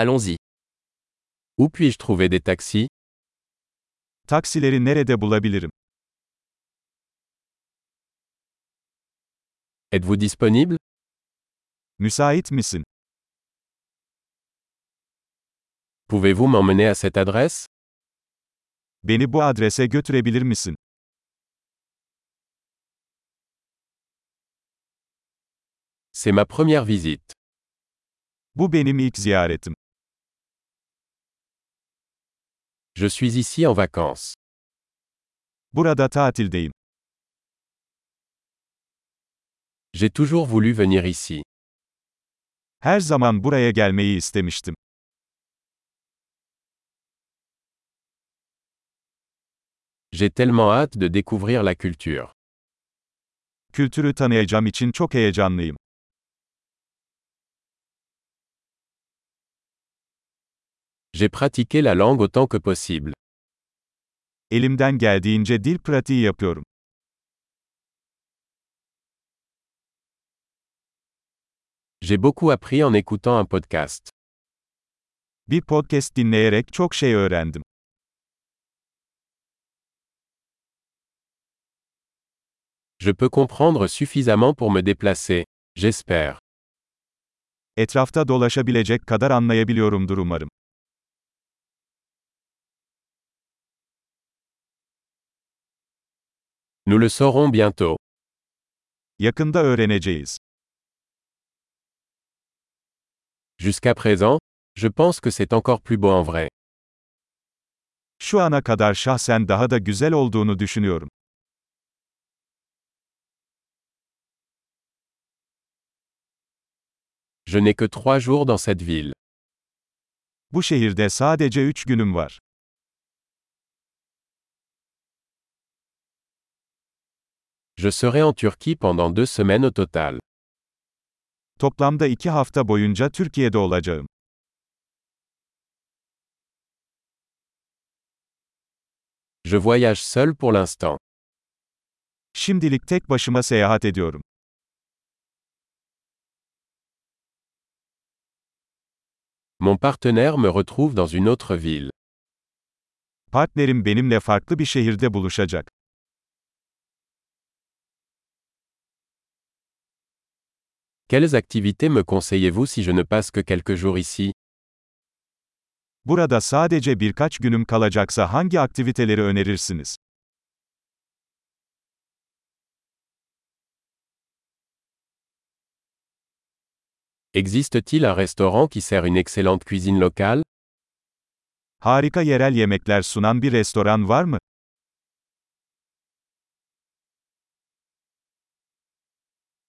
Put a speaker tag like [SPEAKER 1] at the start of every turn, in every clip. [SPEAKER 1] Allons-y. Où puis-je trouver des taxis
[SPEAKER 2] Taksileri nerede bulabilirim?
[SPEAKER 1] Êtes-vous disponible
[SPEAKER 2] Müsait misin?
[SPEAKER 1] Pouvez-vous m'emmener à cette adresse
[SPEAKER 2] Beni bu adrese götürebilir misin?
[SPEAKER 1] C'est ma première visite.
[SPEAKER 2] Bu benim ilk ziyaretim.
[SPEAKER 1] Je suis ici en vacances.
[SPEAKER 2] Burada tatildeyim.
[SPEAKER 1] J'ai toujours voulu venir ici.
[SPEAKER 2] Her zaman buraya gelmeyi istemiştim.
[SPEAKER 1] J'ai tellement hâte de découvrir la culture.
[SPEAKER 2] Kültürü tanıyacağım için çok heyecanlıyım.
[SPEAKER 1] J'ai pratiqué la langue autant que possible.
[SPEAKER 2] Elimden geldiğince dil pratiği yapıyorum.
[SPEAKER 1] J'ai beaucoup appris en écoutant un podcast.
[SPEAKER 2] Bir podcast dinleyerek çok şey öğrendim.
[SPEAKER 1] Je peux comprendre suffisamment pour me déplacer, j'espère.
[SPEAKER 2] Etrafta dolaşabilecek kadar anlayabiliyorumdur umarım.
[SPEAKER 1] Nous le saurons bientôt.
[SPEAKER 2] Yakında öğreneceğiz.
[SPEAKER 1] Jusqu'à présent, je pense que c'est encore plus beau en vrai.
[SPEAKER 2] Şu ana kadar şahsen daha da güzel olduğunu düşünüyorum.
[SPEAKER 1] Je n'ai que trois jours dans cette ville.
[SPEAKER 2] Bu şehirde sadece 3 günüm var.
[SPEAKER 1] Je serai en Turquie pendant deux semaines au total.
[SPEAKER 2] Toplamda 2 hafta boyunca Türkiye'de olacağım.
[SPEAKER 1] Je voyage seul pour l'instant.
[SPEAKER 2] Şimdilik tek başıma seyahat ediyorum.
[SPEAKER 1] Mon partenaire me retrouve dans une autre ville.
[SPEAKER 2] Partnerim benimle farklı bir şehirde buluşacak.
[SPEAKER 1] Quelles activités me conseillez-vous si je ne passe que quelques jours ici
[SPEAKER 2] Burada sadece birkaç günüm kalacaksa hangi aktiviteleri önerirsiniz?
[SPEAKER 1] Existe-t-il un restaurant qui sert une excellente cuisine locale
[SPEAKER 2] Harika yerel yemekler sunan bir restoran var mı?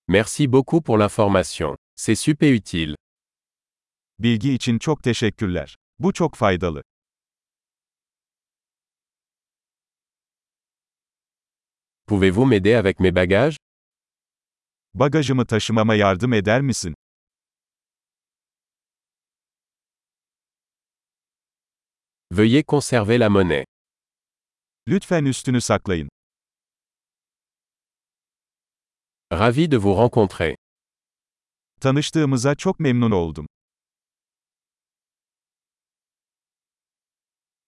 [SPEAKER 1] Merci beaucoup pour l'information. C'est super utile.
[SPEAKER 2] Bilgi için çok teşekkürler. Bu çok faydalı.
[SPEAKER 1] Pouvez-vous m'aider avec mes bagages
[SPEAKER 2] Bagajımı taşımama yardım eder misin?
[SPEAKER 1] Veuillez conserver la monnaie.
[SPEAKER 2] Lütfen üstünü saklayın.
[SPEAKER 1] Ravi de vous rencontrer.
[SPEAKER 2] Tanıştığımıza çok memnun oldum.